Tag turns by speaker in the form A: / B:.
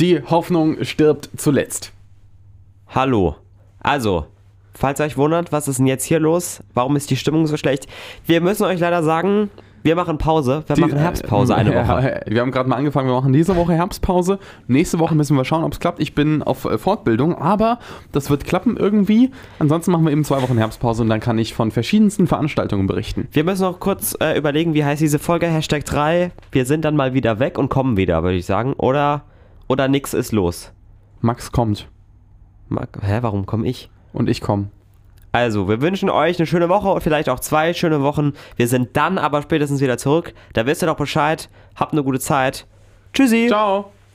A: Die Hoffnung stirbt zuletzt.
B: Hallo. Also, falls euch wundert, was ist denn jetzt hier los? Warum ist die Stimmung so schlecht? Wir müssen euch leider sagen, wir machen Pause. Wir
A: Die-
B: machen Herbstpause
A: äh,
B: eine
A: ja,
B: Woche.
A: äh, Wir haben gerade mal angefangen, wir machen diese Woche Herbstpause. Nächste Woche müssen wir schauen, ob es klappt. Ich bin auf äh, Fortbildung, aber das wird klappen irgendwie. Ansonsten machen wir eben zwei Wochen Herbstpause und dann kann ich von verschiedensten Veranstaltungen berichten.
B: Wir müssen noch kurz äh, überlegen, wie heißt diese Folge? Hashtag 3. Wir sind dann mal wieder weg und kommen wieder, würde ich sagen. Oder, oder nix ist los.
A: Max kommt
B: Marc, hä, warum komme ich?
A: und ich komme.
B: Also, wir wünschen euch eine schöne Woche und vielleicht auch zwei schöne Wochen. Wir sind dann aber spätestens wieder zurück. Da wisst ihr doch Bescheid. Habt eine gute Zeit. Tschüssi.
A: Ciao!